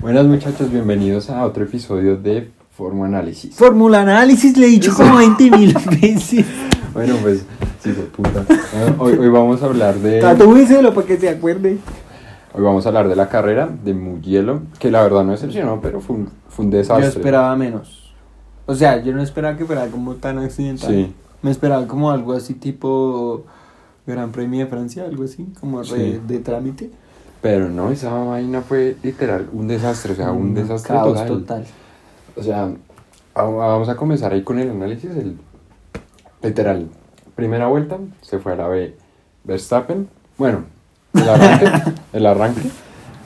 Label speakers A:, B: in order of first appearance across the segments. A: Buenas muchachos, bienvenidos a otro episodio de Formo Análisis.
B: Fórmula análisis le he dicho como 20 mil veces.
A: Bueno, pues, sí, de puta. Eh, Hoy, hoy vamos a hablar de.
B: Tatúeselo para que se acuerde.
A: Hoy vamos a hablar de la carrera de Mugello, que la verdad no decepcionó, pero fue un, fue un
B: Yo
A: desastre.
B: esperaba menos. O sea, yo no esperaba que fuera como tan accidental.
A: Sí.
B: Me esperaba como algo así tipo Gran Premio de Francia, algo así, como re-
A: Sí.
B: de trámite.
A: Pero no, esa vaina fue literal un desastre, o sea, un desastre
B: Mm, caos
A: total.
B: total.
A: O sea, va- vamos a comenzar ahí con el análisis. El, literal, primera vuelta se fue a la B Verstappen. Bueno, el arranque. el arranque.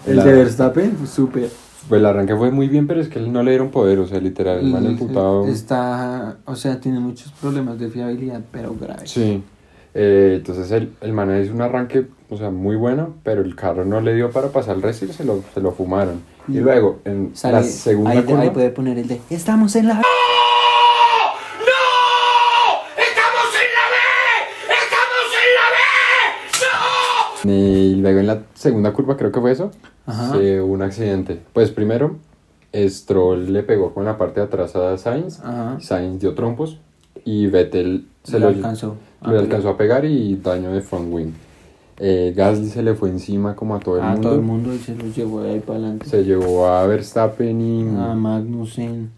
B: El
A: ar-
B: de Verstappen, súper.
A: Pues el arranque fue muy bien, pero es que no le dieron poder, o sea, literal, el mal
B: Mm,
A: emputado.
B: Está, o sea, tiene muchos problemas de fiabilidad, pero graves.
A: Sí. Eh, entonces el, el man hizo un arranque, o sea, muy bueno, pero el carro no le dio para pasar el resto y se lo, se lo fumaron. Y luego, en
B: Mm. Sale-
A: la segunda
B: ahí,
A: curva,
B: ahí puede poner el de Estamos en la
A: y luego en la segunda curva, creo que fue eso,
B: Ajá.
A: se hubo un accidente. Pues primero, Stroll le pegó con la parte de atrás a Sainz,
B: Ajá.
A: Sainz dio trompos y Vettel se
B: Lo
A: lo,
B: alcanzó a
A: lo
B: pegar.
A: alcanzó a pegar y daño de front wing. Eh, Gasly se le fue encima como a todo el
B: Ah, A
A: mundo.
B: todo el mundo y se los llevó de ahí para adelante. Ah,
A: Se llevó a Verstappen y,
B: A Magnussen.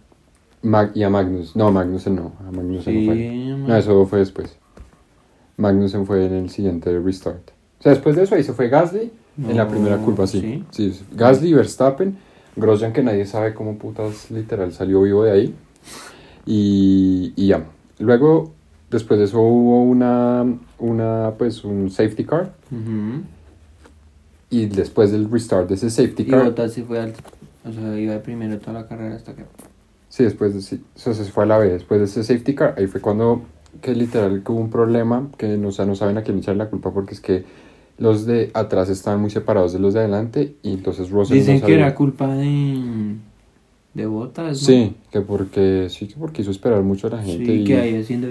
A: Mag- y a Magnus. No, Magnussen no. A Magnussen no
B: Sí,
A: fue.
B: Mag-
A: No, eso fue después. Magnussen fue en el siguiente restart. O sea, después de eso ahí se fue Gasly en la
B: No,
A: primera curva, sí.
B: ¿sí?
A: Sí, sí. Gasly, Verstappen, Grosjean que nadie sabe cómo putas literal salió vivo de ahí. Y, y ya. Luego, después de eso hubo una, una pues un safety car.
B: Ujú.
A: Y después del restart de ese safety
B: Y
A: car...
B: Bottas sí fue al. O sea, iba primero toda la carrera hasta que.
A: Sí, después de, sí, o sea, se fue a la B, después de ese safety car, ahí fue cuando que literal que hubo un problema que no, o sea, no saben a quién echar la culpa porque es que los de atrás estaban muy separados de los de adelante y entonces Russell
B: Dicen
A: no
B: que
A: sabía.
B: era culpa de. de Bottas. ¿no?
A: Sí, que porque sí que porque hizo esperar mucho a la gente
B: Sí,
A: y-
B: que ahí haciendo.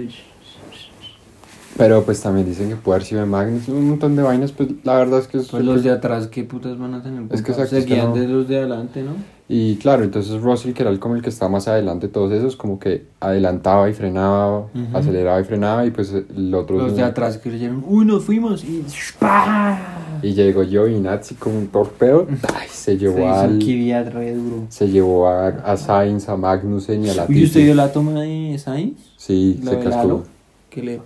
A: pero pues también dicen que puede haber sido de Magnus, un montón de vainas, pues la verdad es que es-
B: Pues los de atrás, ¿qué putas van a tener?
A: Es que
B: culpa?
A: exacto, es
B: Se
A: que
B: guían
A: no-
B: de los de adelante, ¿no?
A: y claro, entonces Russell que era el como el que estaba más adelante de todos esos como que adelantaba y frenaba,
B: Ujú.
A: aceleraba y frenaba y pues el otro
B: Los de
A: no-
B: atrás creyeron, uy, nos fuimos y. ¡Pah!
A: Y llegó Giovinazzi con un torpedo. Ay, se
B: Se
A: llevó
B: hizo
A: al-
B: un Kvyat re duro.
A: se llevó a, a Sainz, a Magnussen y a la
B: ¿Y usted vio la toma de Sainz?
A: Sí,
B: La
A: se
B: del
A: cascó.
B: halo, Que le.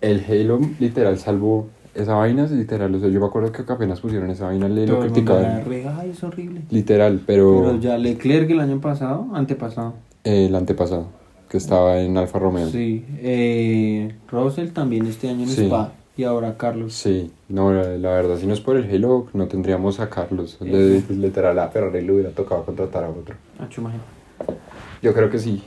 A: El Halo literal salvó esa vaina, literal. O sea, yo me acuerdo que apenas pusieron esa vaina, le lo
B: todo el mundo la
A: criticaban.
B: rega, "Ay, es horrible.
A: Literal, pero,
B: Pero ya Leclerc el año pasado, antepasado.
A: el antepasado, que estaba en Alfa Romeo. Sí.
B: Sí. Eh, Russell también este año en
A: Sí.
B: Spa. Y ahora Carlos.
A: no, la, la verdad, si no es por el Halo, no tendríamos a Carlos. Le- literal, a Ferrari le hubiera tocado contratar a otro.
B: A Schumacher.
A: Yo creo que sí.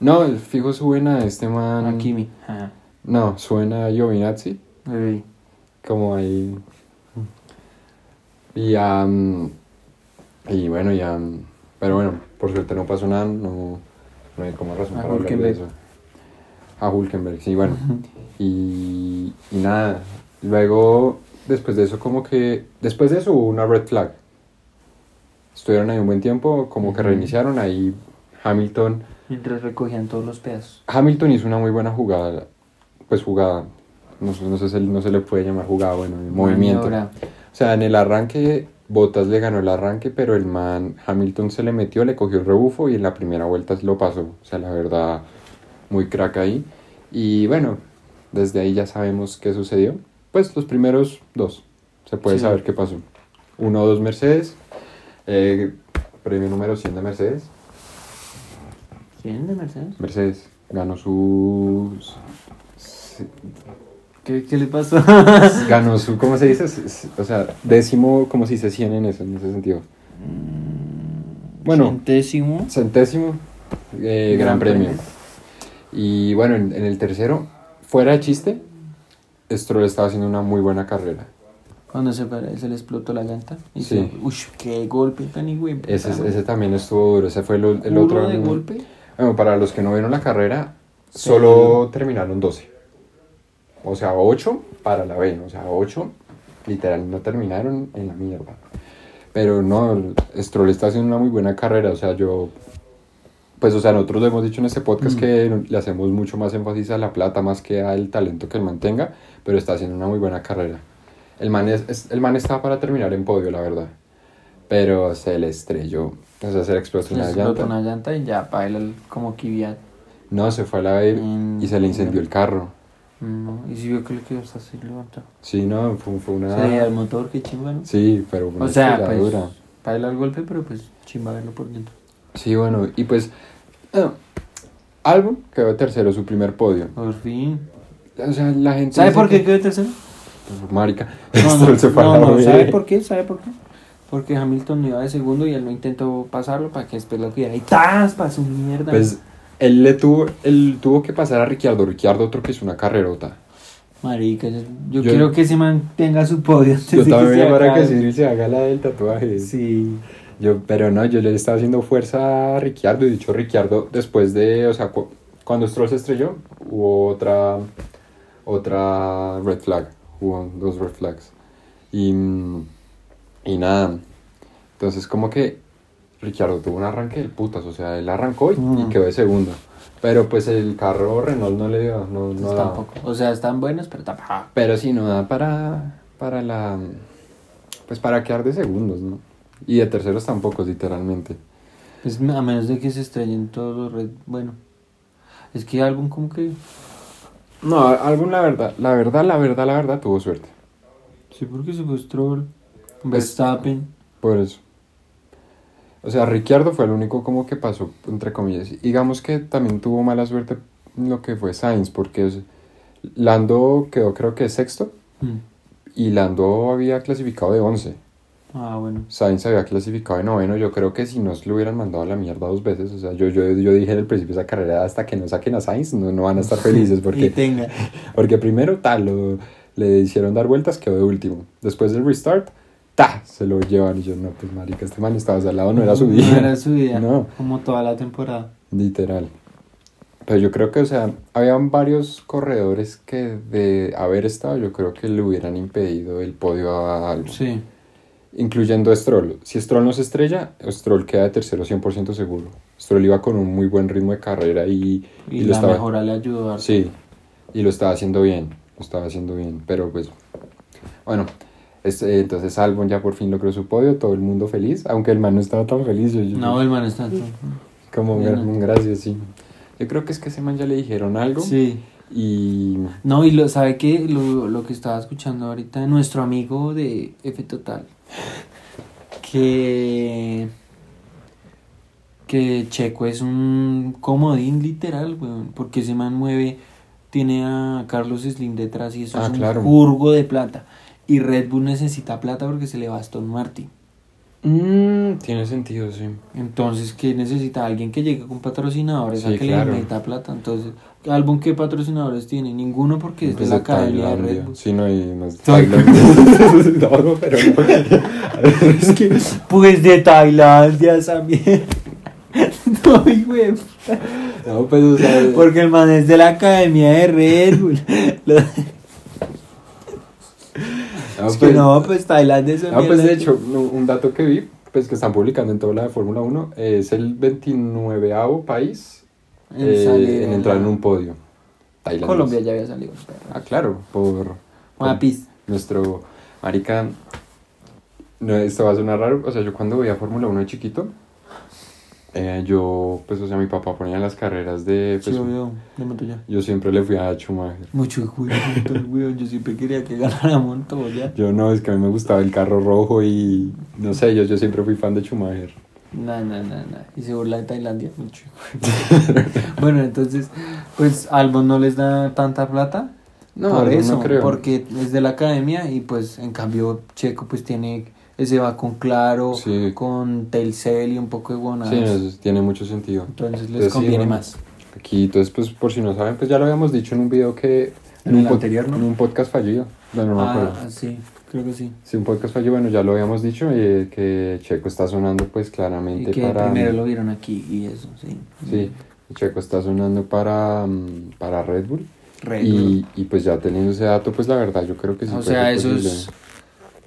A: No, fijo suben a este man.
B: A Kimi. Ah,
A: No, suena a Giovinazzi,
B: ey.
A: como ahí. Y a. y bueno, ya. pero bueno, por suerte no pasó nada, no, no hay como razón
B: A
A: para hablar de
B: Hülkenberg.
A: eso. A Hulkenberg, sí, bueno. y, y nada, luego, después de eso, como que. Después de eso hubo una red flag. Estuvieron ahí un buen tiempo, como que reiniciaron ahí Hamilton.
B: Mientras recogían todos los pedazos.
A: Hamilton hizo una muy buena jugada, pues jugada, no, sé- no sé, si no se le puede llamar jugada, bueno, movimiento.
B: Maniobra.
A: O sea, en el arranque, Bottas le ganó el arranque, pero el man Hamilton se le metió, le cogió el rebufo y en la primera vuelta lo pasó. O sea, la verdad, muy crack ahí. Y bueno, desde ahí ya sabemos qué sucedió. Pues los primeros dos, se puede
B: Sí.
A: saber qué pasó. Uno o dos Mercedes, eh, premio número 100 de Mercedes.
B: ¿Quién de Mercedes?
A: Mercedes ganó sus.
B: ¿Qué, qué le pasó?
A: Ganó su, ¿cómo se dice? S- s- O sea, décimo, como si se 100 en eso, en ese sentido. Bueno,
B: Centésimo.
A: centésimo eh, gran,
B: Gran
A: premio.
B: premio.
A: Y bueno, en, en el tercero, fuera de chiste, Stroll estaba haciendo una muy buena carrera.
B: Cuando se, paró, se le explotó la llanta. Y
A: Sí.
B: se- uy, qué golpe tan y güey.
A: Ese,
B: puta,
A: ese también estuvo duro, ese fue el, el
B: ¿Puro
A: otro.
B: de golpe?
A: Bueno, para los que no vieron la carrera, solo terminaron 12. O sea, 8 para la B, o sea, 8 literal no terminaron en la mierda. Pero no, el- Stroll está haciendo una muy buena carrera. O sea, yo. Pues, o sea, nosotros lo hemos dicho en este
B: Mm.
A: podcast que le hacemos mucho más énfasis a la plata más que al talento que él mantenga, pero está haciendo una muy buena carrera. El man, es, es- el man estaba para terminar en podio, la verdad. Pero se le estrelló. O sea, se le explotó una
B: Les explotó
A: llanta.
B: una llanta y ya baila el- como Kvyat.
A: No, se fue a la aire
B: Mm,
A: Eh, y se le incendió
B: no.
A: el carro.
B: No, y si vio que le quedó hasta así levantado.
A: Sí, no, fue, fue
B: Se le dio el
A: una.
B: motor, qué chimba, ¿no?
A: Ah. Sí, pero fue una
B: o sea, pues,
A: estrelladura.
B: baila el golpe, pero pues chimba verlo por dentro.
A: Sí, bueno, y pues. eh, Albon quedó tercero, su primer podio.
B: Por fin.
A: O sea, la gente.
B: ¿Sabe
A: dice
B: por
A: que-
B: qué
A: pues,
B: quedó tercero?
A: Marica.
B: No,
A: Stroll se fue a
B: no,
A: la
B: no,
A: B.
B: ¿sabe por qué? ¿Sabe por qué? Porque Hamilton iba de segundo y él no intentó pasarlo para que después lo cuidara. Y ¡tas! Para su mierda.
A: Pues él le tuvo, él tuvo que pasar a Ricciardo. Ricciardo otro que es una carrerota.
B: Marica, yo, yo
A: Yo-
B: quiero que se mantenga su podio antes
A: Yo
B: de que se
A: también para que
B: acabe.
A: Cyril se haga la del tatuaje.
B: Sí.
A: Yo, pero no, yo le estaba haciendo fuerza a Ricciardo. Y dicho Ricciardo, después de, o sea, cu- cuando Stroll se estrelló, hubo otra, otra red flag. Hubo dos red flags. Y, mm, y nada. Entonces, como que Ricciardo tuvo un arranque del putas. O sea, él arrancó y, y
B: Mm.
A: quedó de segundo. Pero pues el carro Renault no le dio. No, no
B: Entonces,
A: daba.
B: pues, tampoco. O sea, están buenos, pero tampoco. Ah,
A: Pero sí, no da para, para la. Pues para quedar de segundos, ¿no? Y de terceros tampoco, literalmente.
B: Pues, a menos de que se estrellen todos los red. Bueno. Es que algún como que.
A: No, Albon la verdad, la verdad, la verdad, la verdad tuvo suerte.
B: Sí, porque se fue Stroll.
A: Pues-
B: Verstappen.
A: Por eso. O sea, Ricciardo fue el único como que pasó, entre comillas. Y Digamos que también tuvo mala suerte en lo que fue Sainz, porque es- Lando quedó creo que sexto
B: Mm.
A: y Lando había clasificado de 11.
B: Ah, bueno.
A: Sainz había clasificado de noveno. Yo creo que si nos lo hubieran mandado a la mierda dos veces, o sea, yo, yo, yo dije en el principio de esa carrera, hasta que no saquen a Sainz, no, no van a estar felices
B: Y
A: porque,
B: tenga.
A: porque primero, tal, lo- le hicieron dar vueltas, quedó de último. Después del restart, ta, se lo llevan. Y yo, no, pues marica, este man estaba al lado, no era su día.
B: No era su día.
A: No.
B: Como toda la temporada.
A: Literal. Pero yo creo que, o sea, habían varios corredores que de haber estado, yo creo que le hubieran impedido el podio a Albon
B: Sí.
A: incluyendo a Stroll. Si Stroll no se estrella, Stroll queda de tercero 100% seguro. Stroll iba con un muy buen ritmo de carrera y,
B: Y,
A: y
B: la
A: estaba,
B: mejora le ayudó a
A: Sí, y lo estaba haciendo bien, lo estaba haciendo bien, pero pues bueno, es- eh, entonces Albon ya por fin logró su podio, todo el mundo feliz, aunque el man no estaba tan feliz, yo- yo-
B: No, el man está.
A: como un,
B: bien.
A: un gracias, sí. Yo creo que es que ese man ya le dijeron algo
B: Sí.
A: y
B: No, y lo, ¿sabe qué? Lo, lo que estaba escuchando ahorita, nuestro amigo de F Total, que, que Checo es un comodín literal, weón, porque ese man mueve, tiene a Carlos Slim detrás y eso
A: Ah,
B: es un
A: claro.
B: burgo de plata. Y Red Bull necesita plata porque se le va a Aston Martin.
A: Mm, tiene sentido, sí.
B: Entonces, ¿qué necesita? Alguien que llegue con patrocinadores
A: Sí,
B: a que
A: claro.
B: le meta plata. Entonces, ¿álbum qué patrocinadores tiene? Ninguno porque es de la
A: Desde
B: academia de Red
A: Pues Tailandia.
B: Bull.
A: Sí, no, y más
B: Tailandia.
A: Tailandia. no, no, pero no. es que
B: Pues de Tailandia también. No, hijo de puta.
A: no, pues o sea,
B: Porque el man es de la academia de Red Bull. Lo-
A: no,
B: es
A: pues,
B: que no, pues Tailandia es el
A: no, pues,
B: mierda.
A: de hecho, un- un dato que vi, pues que están publicando en toda la de Fórmula 1, es el 29avo país
B: En
A: eh,
B: salir
A: en
B: a-
A: entrar en un podio. Tailandia.
B: Colombia ya había salido.
A: Ah, claro, por
B: Una pista.
A: nuestro marica no, esto va a sonar raro, o sea, yo cuando veía Fórmula 1 de chiquito eh, yo, pues, o sea, mi papá ponía las carreras de,
B: Sí,
A: pues,
B: obvio, de Montoya.
A: Yo siempre le fui a Schumacher.
B: Mucho hijo de puta, weón. Yo siempre quería que ganara Montoya.
A: Yo no, es que a mí me gustaba el carro rojo y no sé, yo, yo siempre fui fan de Schumacher.
B: No, no, no, no. Y se burla de Tailandia mucho. bueno, entonces, pues Albon no les da tanta plata.
A: No,
B: por
A: Albon no
B: eso,
A: creo.
B: porque es de la academia y pues en cambio Checo pues tiene, ese va con Claro,
A: Sí.
B: con Telcel y un poco de guanadas.
A: Sí, no, eso tiene mucho sentido.
B: Entonces les
A: Entonces, sí,
B: conviene
A: ¿no?
B: más.
A: Aquí, entonces, pues por si no saben, pues ya lo habíamos dicho en un video que...
B: En el
A: un pod-
B: anterior, ¿no?
A: En un podcast fallido. No, no me acuerdo.
B: ah, sí, creo que sí.
A: Sí, un podcast fallido, bueno, ya lo habíamos dicho, eh, que Checo está sonando pues
B: Y
A: claramente
B: que
A: para... mm,
B: primero lo vieron aquí y eso, sí.
A: Sí, Checo está sonando para, mm, para Red Bull.
B: Re
A: Y, y pues ya teniendo ese dato, pues la verdad yo creo que sí.
B: o
A: puede
B: sea,
A: ser
B: eso
A: posible.
B: es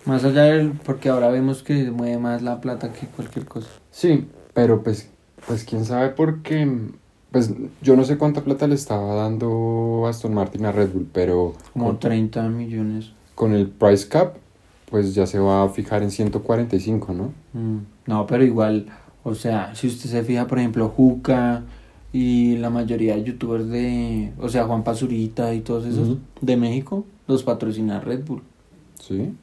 B: Más allá del. Porque ahora vemos que mueve más la plata que cualquier cosa.
A: Sí, pero pues, pues quién sabe por qué. Pues yo no sé cuánta plata le estaba dando Aston Martin a Red Bull, pero
B: Como
A: con,
B: 30 millones.
A: con el price cap, pues ya se va a fijar en 145, ¿no?
B: Mm, No, pero igual, o sea, si usted se fija, por ejemplo, Juca y la mayoría de youtubers de, o sea, Juan Pazurita y todos esos
A: Ujú.
B: de México, los patrocina Red Bull.
A: Sí.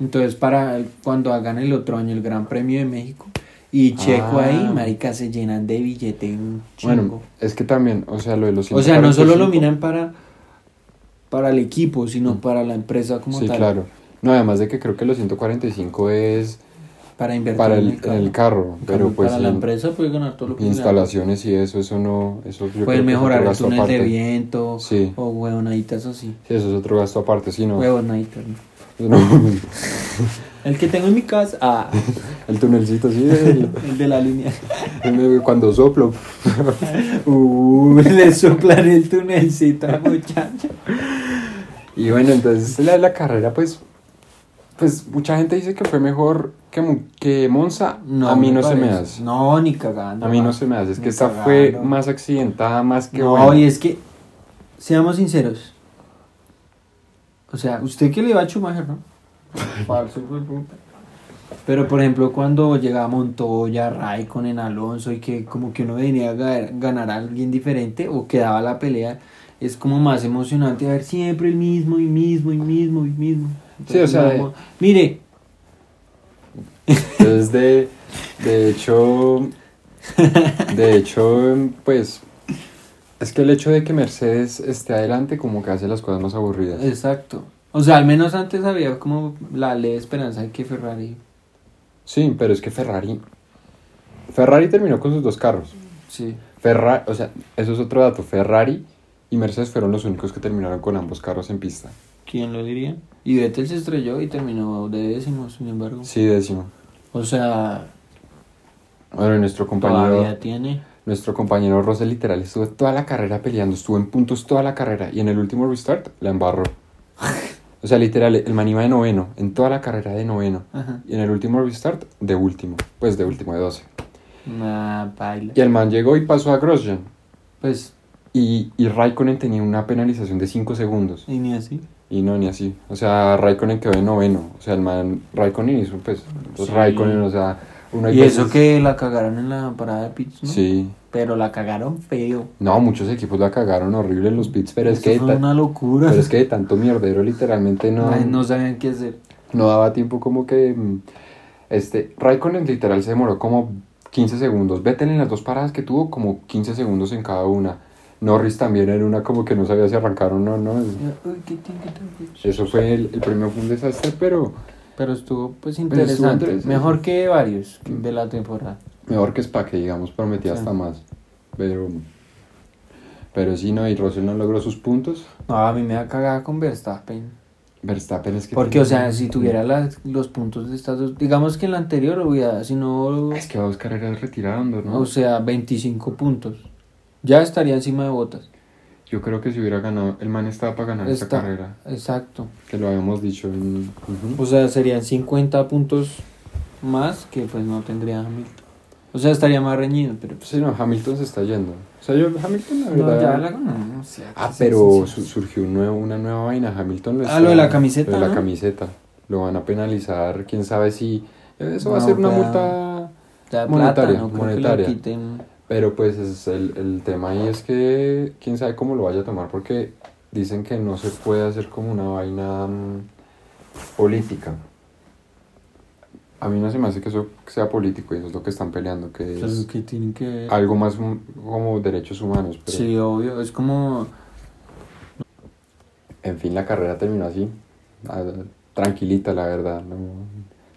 B: Entonces, para el- cuando hagan el otro año el Gran Premio de México y Checo
A: Ah.
B: ahí, marica, se llenan de billete un chingo.
A: Bueno, es que también, o sea, lo de los
B: o sea, no solo
A: 145,
B: lo miran para para el equipo, sino para la empresa como
A: Mm. Sí,
B: tal,
A: claro. No, además de que creo que los 145 es
B: para invertir
A: para
B: en
A: el, en el carro,
B: En
A: pero
B: cambio,
A: pues
B: para la
A: in-
B: empresa puede ganar todo lo que gana.
A: instalaciones y eso, eso no, eso yo creo que
B: Pueden
A: es
B: mejorar
A: otro
B: el
A: gasto
B: túnel de
A: aparte.
B: viento
A: Sí.
B: o huevonaditas así.
A: Sí, eso es otro gasto aparte, sí, no.
B: Huevonaditas. ¿no?
A: No,
B: El que tengo en mi casa. Ah,
A: el tunelcito sí, el-
B: el de la línea.
A: el- cuando soplo.
B: Uh, le soplaré el túnelcito al muchacho.
A: Y bueno, entonces la, la carrera, pues, pues mucha gente dice que fue mejor que, Mon- que Monza. a mí no se me
B: parece.
A: hace.
B: No, ni cagando.
A: a mí no
B: man.
A: se me hace. Es
B: Ni
A: que esta fue
B: cagando.
A: más accidentada, más que
B: no,
A: buena.
B: y es que, seamos sinceros. O sea, usted que le va a Schumacher, ¿no? Falso, hijo de puta. Pero, por ejemplo, cuando llegaba Montoya, Raikkonen, Alonso, y que como que uno venía a ga- ganar a alguien diferente o quedaba la pelea, es como más emocionante ver siempre el mismo, y mismo, y mismo, y mismo.
A: Sí, o sea, eh.
B: vamos- Mire,
A: Entonces, de, de hecho, de hecho, pues, es que el hecho de que Mercedes esté adelante como que hace las cosas más aburridas.
B: exacto. O sea, al menos antes había como la ley de esperanza de que Ferrari,
A: Sí, pero es que Ferrari, Ferrari terminó con sus dos carros.
B: sí.
A: Ferrari, o sea, eso es otro dato. Ferrari y Mercedes fueron los únicos que terminaron con ambos carros en pista.
B: ¿Quién lo diría? Y Vettel se estrelló y terminó de décimo, sin embargo.
A: Sí, décimo.
B: O sea,
A: Bueno, nuestro compañero,
B: todavía tiene.
A: nuestro compañero Rosell literal estuvo toda la carrera peleando, estuvo en puntos toda la carrera y en el último restart la embarró. O sea, literal, el man iba de noveno, en toda la carrera de noveno.
B: Ajá.
A: Y en el último restart, de último. Pues de último, de 12.
B: Nah, baila.
A: Y el man llegó y pasó a Grosjean.
B: Pues,
A: Y, y Raikkonen tenía una penalización de 5 segundos.
B: y ni así.
A: Y no, ni así. O sea, Raikkonen quedó en noveno. O sea, el man Raikkonen hizo, pues, pues,
B: Sí.
A: Raikkonen, o sea, uno hay
B: Y eso
A: veces-
B: que la cagaron en la parada de pits, ¿no?
A: Sí.
B: Pero la cagaron feo.
A: No, muchos equipos la cagaron horrible en los pits, pero es,
B: Eso
A: que de
B: fue
A: ta-
B: una locura.
A: pero es que de tanto mierdero literalmente no,
B: Ay, no sabían qué hacer.
A: no daba tiempo como que... mm, Este, Raikkonen literal se demoró como 15 segundos. Vettel en las dos paradas que tuvo como 15 segundos en cada una. Norris también en una como que no sabía si arrancar o no, no.
B: Uy, qué tin, qué tin, qué tin.
A: Eso fue, el, el premio fue un desastre, pero
B: Pero estuvo, pues,
A: estuvo
B: interesante.
A: interesante.
B: Mejor que varios
A: Mm.
B: de la temporada.
A: Mejor que Spa, que digamos prometía
B: Sí.
A: hasta más. Pero, pero sí, no, y Russell no logró sus puntos.
B: No, a mí me da cagada con Verstappen.
A: Verstappen es que.
B: Porque,
A: tiene-
B: o sea, si tuviera las- los puntos de estas dos, digamos que en la anterior hubiera, si no,
A: Es que va dos carreras retirando, ¿no?
B: o sea, 25 puntos, ya estaría encima de botas.
A: Yo creo que si hubiera ganado, el man estaba para ganar esta
B: Está-
A: carrera.
B: Exacto.
A: Que lo habíamos dicho en. ujú.
B: O sea, serían 50 puntos más que pues no tendría Hamilton. O sea, estaría más reñido, pero pues.
A: Sí, no, Hamilton se está yendo. O sea, yo, Hamilton, la
B: No,
A: verdad.
B: ya la ganó, o sea,
A: Ah,
B: sí,
A: pero
B: sí, sí.
A: su- surgió un nuevo- una nueva vaina. Hamilton
B: Ah,
A: está-
B: lo de la camiseta,
A: Lo de la
B: ¿no?
A: camiseta. Lo van a penalizar, quién sabe si. Eso va a
B: No, pues,
A: ser una
B: claro.
A: multa.
B: Ya plata,
A: monetaria,
B: no creo que la
A: monetaria.
B: quiten.
A: Pero pues es el, el tema ahí es que quién sabe cómo lo vaya a tomar porque dicen que no se puede hacer como una vaina mm, política. A mí no se me hace que eso sea político y eso es lo que están peleando, que
B: Pero
A: es
B: que tienen que ver.
A: algo más mm, como derechos humanos. Pero
B: Sí, obvio, es como
A: En fin, la carrera terminó así, ah, tranquilita la verdad. No,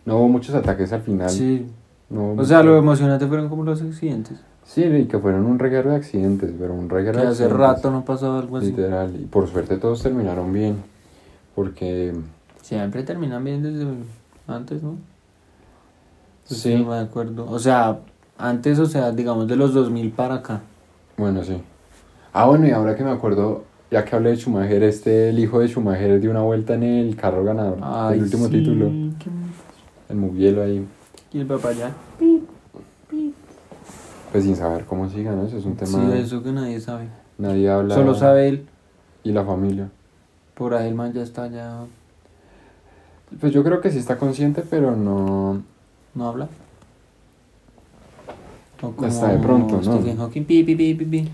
A: no hubo muchos ataques al final.
B: sí.
A: no hubo
B: O sea,
A: mucho-
B: lo emocionante fueron como los accidentes.
A: Sí, y que fueron un reguero de accidentes, pero un reguero
B: Que
A: de
B: hace
A: accidentes.
B: rato no pasaba algo así.
A: Literal, y por suerte todos terminaron bien, porque
B: Siempre terminan bien desde antes, ¿no? Pues
A: Sí.
B: No me acuerdo. O sea, antes, o sea, digamos de los 2000 para acá.
A: bueno, sí. Ah, bueno, y ahora que me acuerdo, ya que hablé de Schumacher, este, el hijo de Schumacher dio una vuelta en el carro ganador
B: Ay,
A: del último
B: sí,
A: título,
B: qué-
A: el Mugielo ahí,
C: Y el papá ya.
A: pues sin saber cómo siga, ¿no? Eso es un tema,
B: Sí, eso que nadie sabe.
A: nadie habla.
B: Solo sabe él.
A: Y la familia.
B: Por ahí el man ya está, ya
A: Pues yo creo que sí está consciente, pero no...
B: no habla. O como
A: Hasta de pronto, ¿no?
B: Stephen Hawking, pi, pi, pi, pi, pi.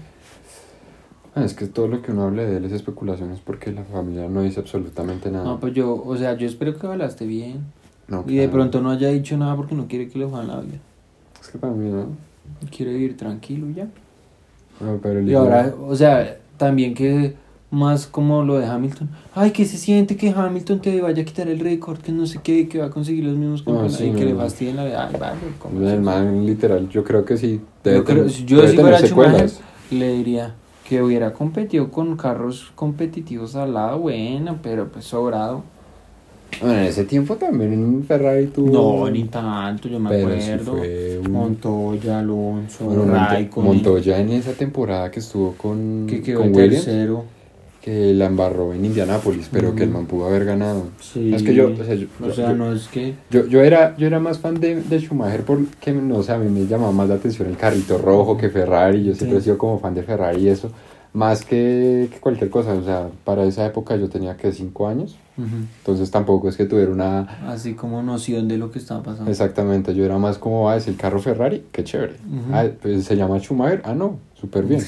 A: Ah, Es que todo lo que uno hable de él es especulaciones porque la familia no dice absolutamente nada.
B: No, pues yo, o sea, yo espero que hablaste bien.
A: Ah. No,
B: Y de
A: claro.
B: pronto no haya dicho nada porque no quiere que le juegan la vida.
A: Es que también, ¿no?
B: Quiere vivir tranquilo y ya.
A: No, pero el
B: Y
A: hijo-
B: ahora, o sea, también que más como lo de Hamilton. Ay, que se siente que Hamilton te vaya a quitar el récord, que no sé qué, que va a conseguir los mismos
A: No,
B: campeonatos
A: Ah, sí, Pues,
B: y que
A: no,
B: le
A: no.
B: fastidien la vida. Ay, vale, ¿cómo
A: El
B: así?
A: man, literal, yo creo que sí.
B: Yo creo-
A: tener-
B: si yo
A: debe
B: si
A: tener
B: fuera Schumacher, le diría que hubiera competido con carros competitivos al lado, bueno, pero pues sobrado.
A: Bueno, en ese tiempo también en Ferrari tuvo.
B: No, ni tanto, yo me
A: Pero sí
B: acuerdo.
A: fue un-
B: Montoya, Alonso,
A: Bueno, Monto-
B: Raikkonen,
A: Montoya en esa temporada que estuvo con,
B: que quedó
A: con Williams,
B: tercero.
A: que la embarró en Indianápolis, pero que el man pudo haber ganado. Es que yo, o sea, yo,
B: O sea,
A: yo-
B: no es que...
A: yo- yo era, yo era más fan de, de Schumacher porque, no sé, a mí me llamaba más la atención el carrito rojo que Ferrari, yo siempre he
B: Sí.
A: sido como fan de Ferrari y eso, más que, que cualquier cosa, o sea, para esa época yo tenía que 5 años,
B: Ujú.
A: entonces tampoco es que tuviera una
B: Así como noción de lo que estaba pasando.
A: Exactamente, yo era más como, ah, es el carro Ferrari, qué chévere.
B: Ujú.
A: Ah, pues, se llama Schumacher, ah, no, súper bien.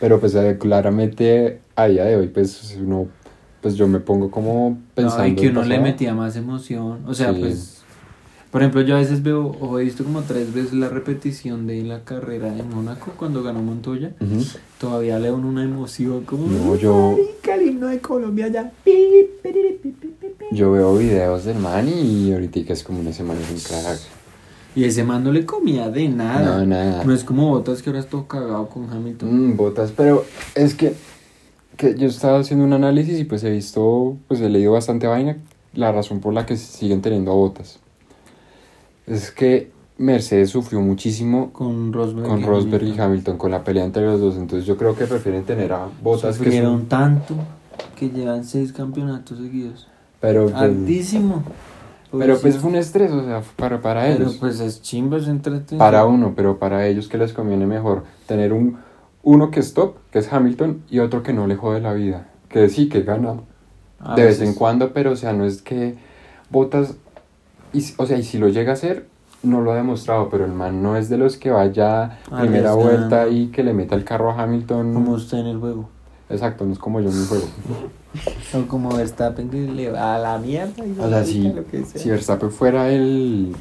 A: Pero pues eh, claramente a día de hoy, pues uno, pues yo me pongo como pensando.
B: No, y que
A: en
B: uno le
A: pasado.
B: metía más emoción. O sea,
A: Sí.
B: pues. Por ejemplo, yo a veces veo, o he visto como tres veces la repetición de la carrera de Mónaco cuando ganó Montoya.
A: Ujú.
B: Todavía le da uno una emoción como.
A: No, yo,
B: "Marica, el himno de Colombia ya!
A: yo veo videos del man y ahorita que es como ese man es un crack.
B: Y ese man no le comía de nada.
A: No, nada.
B: No es como Botas que ahora es todo cagado con Hamilton.
A: Mm, botas, pero es que, que yo estaba haciendo un análisis y pues he visto, pues he leído bastante vaina, la razón por la que siguen teniendo a botas. Es que Mercedes sufrió muchísimo
B: Con Rosberg.
A: Mm. con Rosberg y Hamilton, con la pelea entre los dos, entonces yo creo que prefieren tener a botas que
B: Sufrieron
A: son-
B: tanto que llevan seis campeonatos seguidos.
A: pero, pues,
B: Altísimo.
A: pero pues fue un estrés, o sea, para, para
B: Pero
A: ellos.
B: pues es chimba, es entretenido.
A: Para uno, pero para ellos que les conviene mejor tener un uno que es top, que es Hamilton, y otro que no le jode la vida, que sí, que gana
B: A
A: de vez en
B: veces.
A: cuando, pero o sea, no es que botas, y, si- o sea, y si lo llega a hacer, no lo ha demostrado, pero el man no es de los que vaya primera
B: Arriesgando.
A: vuelta y que le meta el carro a Hamilton.
B: Como usted en el juego.
A: Exacto, no es como yo en mi juego.
B: O como Verstappen que le va a la mierda. Y
A: O sea,
B: le
A: si,
B: quita lo que sea.
A: si Verstappen fuera el,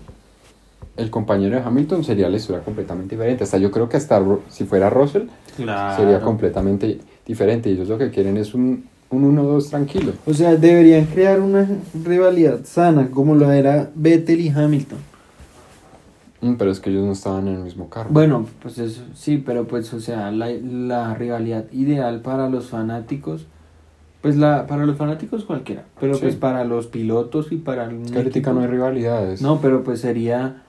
A: el compañero de Hamilton, sería la historia completamente diferente. Hasta yo creo que hasta Ru- si fuera Russell,
B: Claro.
A: sería completamente diferente. Y ellos lo que quieren es un, un 1-2 tranquilo.
B: O sea, deberían crear una rivalidad sana, como lo era Vettel y Hamilton.
A: Mm, Pero es que ellos no estaban en el mismo carro.
B: Bueno, pues eso, sí, pero pues, o sea, la, la rivalidad ideal para los fanáticos, pues la para los fanáticos cualquiera, pero
A: Sí.
B: pues para los pilotos y para el
A: es que ahorita no hay rivalidades.
B: No, pero pues sería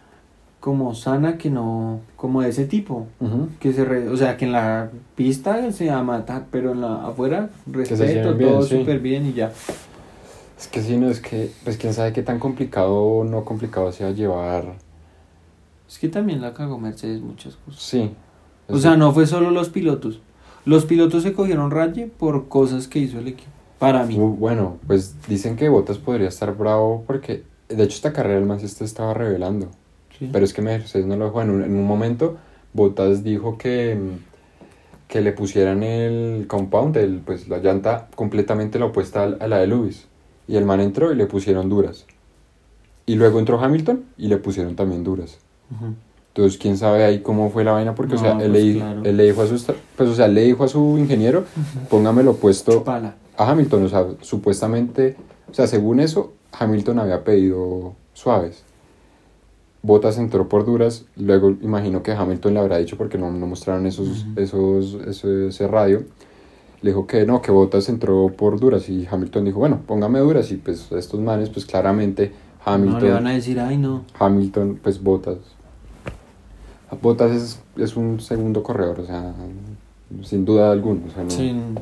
B: como sana que no, como de ese tipo,
A: Ujú.
B: que se re- o sea que en la pista se va a matar pero en la afuera
A: se
B: respeto
A: lleven bien,
B: todo
A: sí.
B: súper bien y ya
A: Es que si no, es que, pues quién sabe qué tan complicado o no complicado sea llevar.
B: es que también la cagó Mercedes muchas cosas
A: Sí.
B: o sea no fue solo los pilotos los pilotos se cogieron raye por cosas que hizo el equipo para mí
A: Bu- Bueno, pues dicen que Bottas podría estar bravo porque, de hecho, esta carrera el man sí se estaba revelando.
B: Sí.
A: Pero es que Mercedes no lo dejó. En un, en un momento, Bottas dijo que, mm, que le pusieran el compound, el, pues la llanta completamente la opuesta al- a la de Lewis. Y el man entró y le pusieron duras. Y luego entró Hamilton y le pusieron también duras.
B: Ujú.
A: Entonces, quién sabe ahí cómo fue la vaina, porque, o sea,
B: No,
A: él,
B: pues,
A: le, di-
B: claro.
A: él le dijo a su, estra- pues, o sea, él le dijo a su ingeniero, póngame lo opuesto
B: pala
A: a Hamilton, o sea, supuestamente, o sea, según eso, Hamilton había pedido suaves. Bottas entró por duras, luego imagino que Hamilton le habrá dicho porque no, no mostraron esos,
B: Ujú.
A: esos, ese, ese radio. Le dijo que no, que Bottas entró por duras y Hamilton dijo, bueno, póngame duras y pues estos manes, pues claramente
B: no le
A: Hamilton,
B: van a decir ay no
A: Hamilton, pues Bottas. Bottas es, es un segundo corredor, o sea, sin duda alguna. o sea, no-
B: Sin-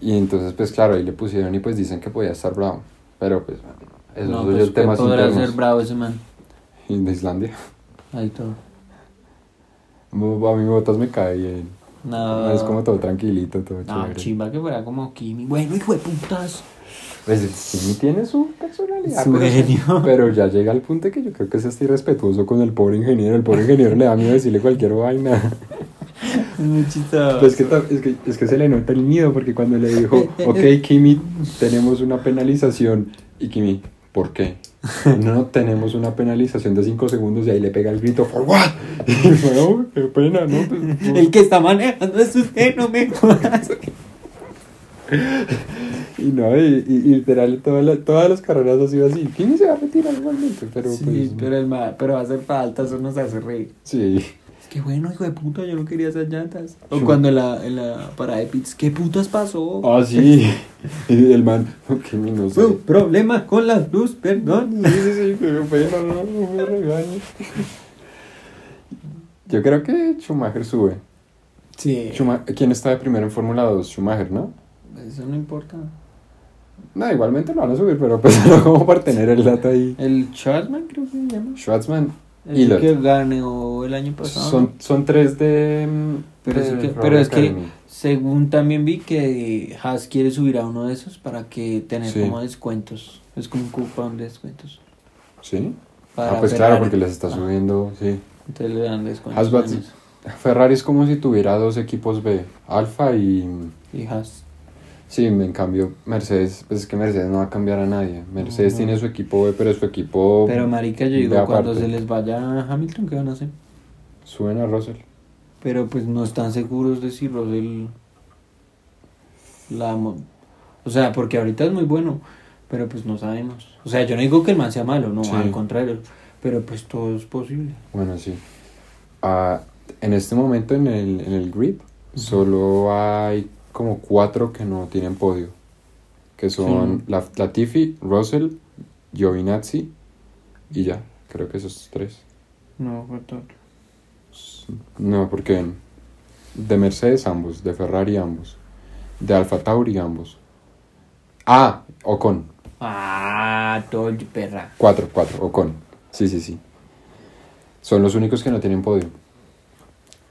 A: Y entonces, pues claro, ahí le pusieron y pues dicen que podía estar bravo. Pero pues, eso
B: no,
A: soy
B: pues,
A: el tema
B: ¿qué podrá ser
A: internos.
B: bravo ese man.
A: Y de Islandia.
B: Ahí todo.
A: Bo- A mí botas me cae bien.
B: No.
A: Es como todo tranquilito, todo
B: No,
A: chévere.
B: chimba que fuera como Kimi. Bueno, hijo de putas.
A: Pues sí tiene su personalidad.
B: Su
A: pero, pues,
B: genio.
A: pero ya llega al punto que yo creo que es hasta irrespetuoso con el pobre ingeniero. El pobre ingeniero le da miedo decirle cualquier vaina.
B: Es muy chistoso.
A: Pues es que, ta- es, que, es que se le nota el miedo porque cuando le dijo, ok, Kimi, tenemos una penalización. Y Kimi, ¿por qué? No tenemos una penalización de 5 segundos y ahí le pega el grito, ¿for what? Y fue, "Oh, qué pena, ¿no? Pues, no".
B: El que está manejando es usted, no me jodas.
A: Y no, y, y- y literal, todas las, todas las carreras ha sido así. Kimi se va a retirar igualmente, pero
B: sí,
A: pues.
B: pero, el ma- pero va a hacer falta, eso nos hace reír.
A: Sí.
B: Es que bueno, hijo de puta, yo no quería esas llantas. O
A: Sí.
B: cuando en la, en la parada de pits, ¿qué putas pasó?
A: Ah, sí. Y el man, "Oh, Kimi no sé.
B: Fue un problema con las luz, perdón.
A: Sí, sí, sí, qué pena, no, no me regañes. Yo creo que Schumacher sube.
B: Sí,
A: Schuma- ¿Quién está de primero en Fórmula 2? Schumacher, ¿no?
B: eso no importa.
A: No, igualmente lo van a subir, pero pues no como para tener el dato ahí.
B: El Charlesman creo que se llama.
A: Schwarzman,
B: El
A: Elliot.
B: que ganó el año pasado.
A: son, son tres de... mm,
B: Pero,
A: de
B: sí que- pero
A: Robert
B: es que,
A: Academy.
B: según también vi que Haas quiere subir a uno de esos para que tener
A: Sí.
B: como descuentos. Es como un cupón de descuentos.
A: ¿Sí?
B: para
A: ah, pues
B: Ferrari.
A: claro, porque les está
B: Ah,
A: subiendo, sí.
B: Entonces le dan descuentos.
A: Haas va-
B: menos.
A: Ferrari es como si tuviera dos equipos B, Alfa y...
B: Y Haas.
A: Sí, en cambio Mercedes, pues es que Mercedes no va a cambiar a nadie. Mercedes
B: No.
A: tiene su equipo B, pero su equipo
B: Pero marica, yo
A: de
B: digo, cuando
A: aparte.
B: se les vaya a Hamilton, ¿qué van a hacer?
A: suben a Russell.
B: Pero pues no están seguros de si Russell la mo- o sea, porque ahorita es muy bueno, pero pues no sabemos. O sea, yo no digo que el man sea malo, no,
A: Sí.
B: al contrario, pero pues todo es posible.
A: Bueno, sí. Ah, en este momento en el, en el grid solo hay como cuatro que no tienen podio. Que son La- Latifi, Russell, Giovinazzi y ya. Creo que esos tres.
B: No, fue todo.
A: No, porque de Mercedes ambos, de Ferrari ambos, de Alfa Tauri ambos. Ah, Ocon.
B: Ah, todo el perra.
A: Cuatro, cuatro, Ocon. Sí, sí, sí. Son los únicos que no tienen podio.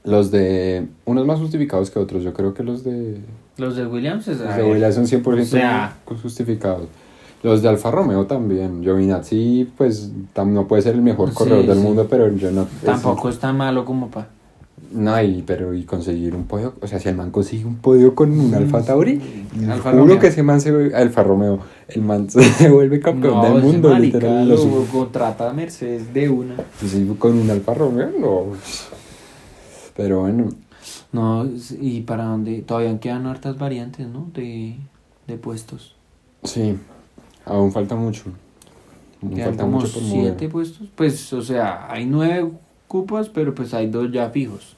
A: Los de. Unos más justificados que otros. Yo creo que los de.
B: Los de Williams es
A: Los de Williams son 100%
B: o sea.
A: justificados. Los de Alfa Romeo también. Giovinazzi, pues, tam- no puede ser el mejor
B: Sí,
A: corredor del
B: sí.
A: mundo, pero yo no. es-
B: Tampoco es tan malo como pa.
A: no, y, pero y conseguir un podio. O sea, si el man consigue un podio con un Alfa Tauri,
B: Mm. Alfa
A: juro
B: Romeo.
A: que ese man se. vu- Alfa Romeo. El man se vuelve campeón del
B: ese
A: mundo,
B: marica
A: literal.
B: lo
A: Lo-
B: contrata a Mercedes de una.
A: Pues sí, con un Alfa Romeo, no. Pero bueno,
B: No, es- y para dónde todavía quedan hartas variantes, ¿no? De, de puestos.
A: sí, aún falta mucho. Aún
B: Quedan
A: falta
B: como
A: mucho por mover.
B: siete puestos. Pues, o sea, hay nueve cupas, pero pues hay dos ya fijos.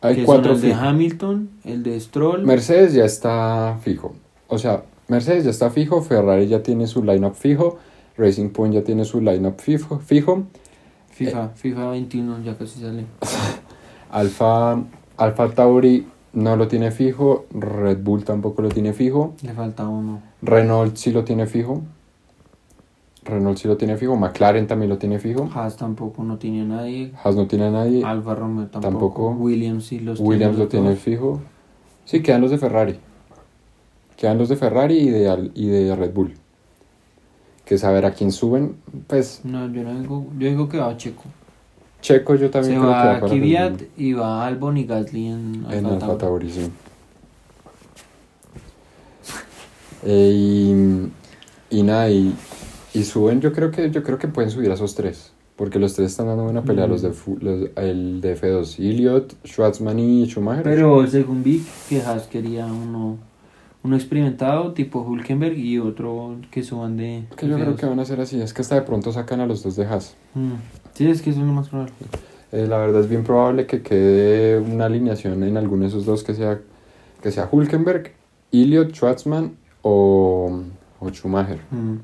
A: Hay
B: que
A: cuatro
B: son el de
A: fijos.
B: Hamilton, el de Stroll.
A: Mercedes ya está fijo. O sea, Mercedes ya está fijo, Ferrari ya tiene su lineup fijo, Racing Point ya tiene su lineup fijo, fijo.
B: FIFA, FIFA 21 ya casi sale.
A: Alfa, Alfa Tauri no lo tiene fijo, Red Bull tampoco lo tiene fijo,
B: Le falta uno.
A: Renault sí lo tiene fijo. Renault sí lo tiene fijo, McLaren también lo tiene fijo.
B: Haas tampoco no tiene nadie.
A: Haas no tiene a nadie.
B: Alfa Romeo tampoco.
A: Tampoco.
B: Williams sí los
A: Williams lo
B: los
A: tiene
B: dos.
A: fijo. Sí, quedan los de Ferrari. Quedan los de Ferrari y de, Al- y de Red Bull. Que saber a quién suben, pues
B: No, yo no digo, yo digo que va Checo.
A: Checo yo también
B: Se
A: creo que
B: va
A: va para Red
B: Kvyat
A: Bull.
B: y va Albon y Gasly en
A: en
B: Alfa
A: Alfa
B: Tauri.
A: Tauri, sí. Eh, y, y nada, y, y suben, yo creo que yo creo que pueden subir a esos tres. Porque los tres están dando buena pelea, los de
B: Mm.
A: fu- los- el de F2, Iliot, Schwarzman y Schumacher.
B: Pero según vi que Haas quería uno, uno experimentado tipo Hulkenberg y otro que suban de...
A: que yo
B: de
A: creo
B: dos.
A: que van a ser así, es que hasta de pronto sacan a los dos de Haas.
B: Mm. Sí, es que eso es lo más probable.
A: Eh, la verdad es bien probable que quede una alineación en alguno de esos dos que sea, que sea Hulkenberg, Iliot, Schwarzman o, o Schumacher.
B: Mm.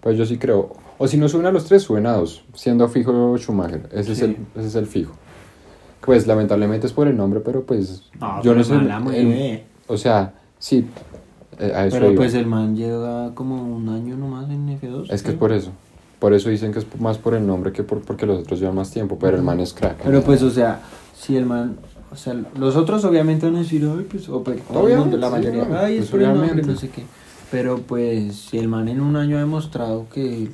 A: Pues yo sí creo. O si no suben a los tres, suben a dos, siendo fijo Schumacher. Ese, es,
B: Sí.
A: el, ese es el fijo. Pues lamentablemente es por el nombre, pero pues
B: No,
A: yo
B: pero
A: no sé.
B: mala
A: el-
B: mueve.
A: o sea, sí, Eh, a eso
B: Pero
A: iba.
B: pues el man lleva como un año nomás en
A: es que
B: F2.
A: pues- es
B: creo.
A: por eso. Por eso dicen que es más por el nombre que por, porque los otros llevan más tiempo, pero el man es crack.
B: Pero pues, o sea, si el man. O sea, los otros obviamente van a decir, ay, pues, o pues, todo el mundo,
A: Obviamente,
B: la
A: sí,
B: mayoría,
A: claro,
B: ay, es
A: pues,
B: por el nombre,
A: obviamente.
B: no sé qué. Pero pues, si el man en un año ha demostrado que,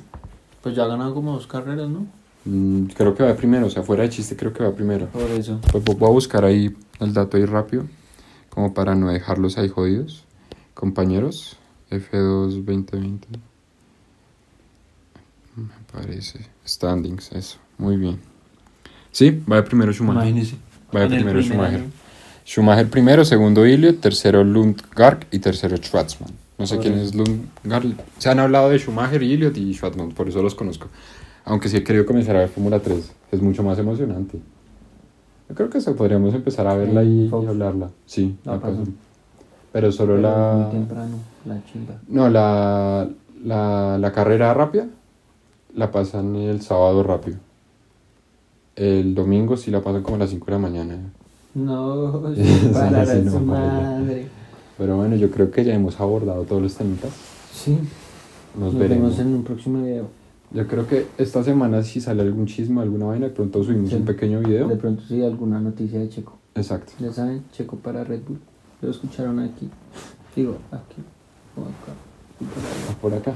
B: pues ya ha ganado como dos carreras, ¿no?
A: Mm, creo que va primero, o sea, fuera de chiste, creo que va primero.
B: Por eso.
A: Pues vo- voy a buscar ahí el dato ahí rápido, como para no dejarlos ahí jodidos. Compañeros, F2 2020. Me parece. Standings, eso. Muy bien. Sí, va de primero Schumacher.
B: Imagínese.
A: Va de
B: En el
A: primero
B: primer
A: Schumacher.
B: año.
A: Schumacher primero, segundo Ilio, tercero Lundgaard y tercero Schwarzman. No sé
B: Por
A: quién
B: eso.
A: es Lundgaard. Se han hablado de Schumacher, Iliot y Schwarzman, por eso los conozco. Aunque sí he querido comenzar a ver Fórmula 3, es mucho más emocionante. Yo creo que se podríamos empezar a verla y, y
B: Fox.
A: hablarla. Sí,
B: La
A: la
B: pasan.
A: pasan. Pero solo
B: Pero
A: la...
B: Muy temprano, la chimba.
A: No, la, la, la carrera rápida la pasan el sábado rápido. El domingo sí la pasan como a las 5 de la mañana.
B: No,
A: Sí,
B: para
A: sí, no,
B: su
A: para allá.
B: madre.
A: Pero bueno, yo creo que ya hemos abordado todos los temitas.
B: Sí,
A: Nos,
B: nos,
A: veremos.
B: vemos en un próximo video.
A: Yo creo que esta semana si sale algún chisme, alguna vaina, de pronto subimos
B: Sí.
A: un pequeño video.
B: De pronto sí, alguna noticia de Checo.
A: Exacto.
B: Ya saben, Checo para Red Bull. Lo escucharon aquí. Digo, aquí. o acá.
A: Por acá.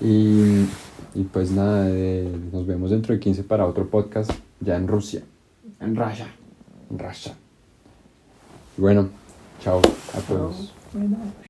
A: Y, y pues nada, eh, nos vemos dentro de 15 para otro podcast ya en Rusia,
B: En Raya.
A: en Russia. Y bueno, chao a todos.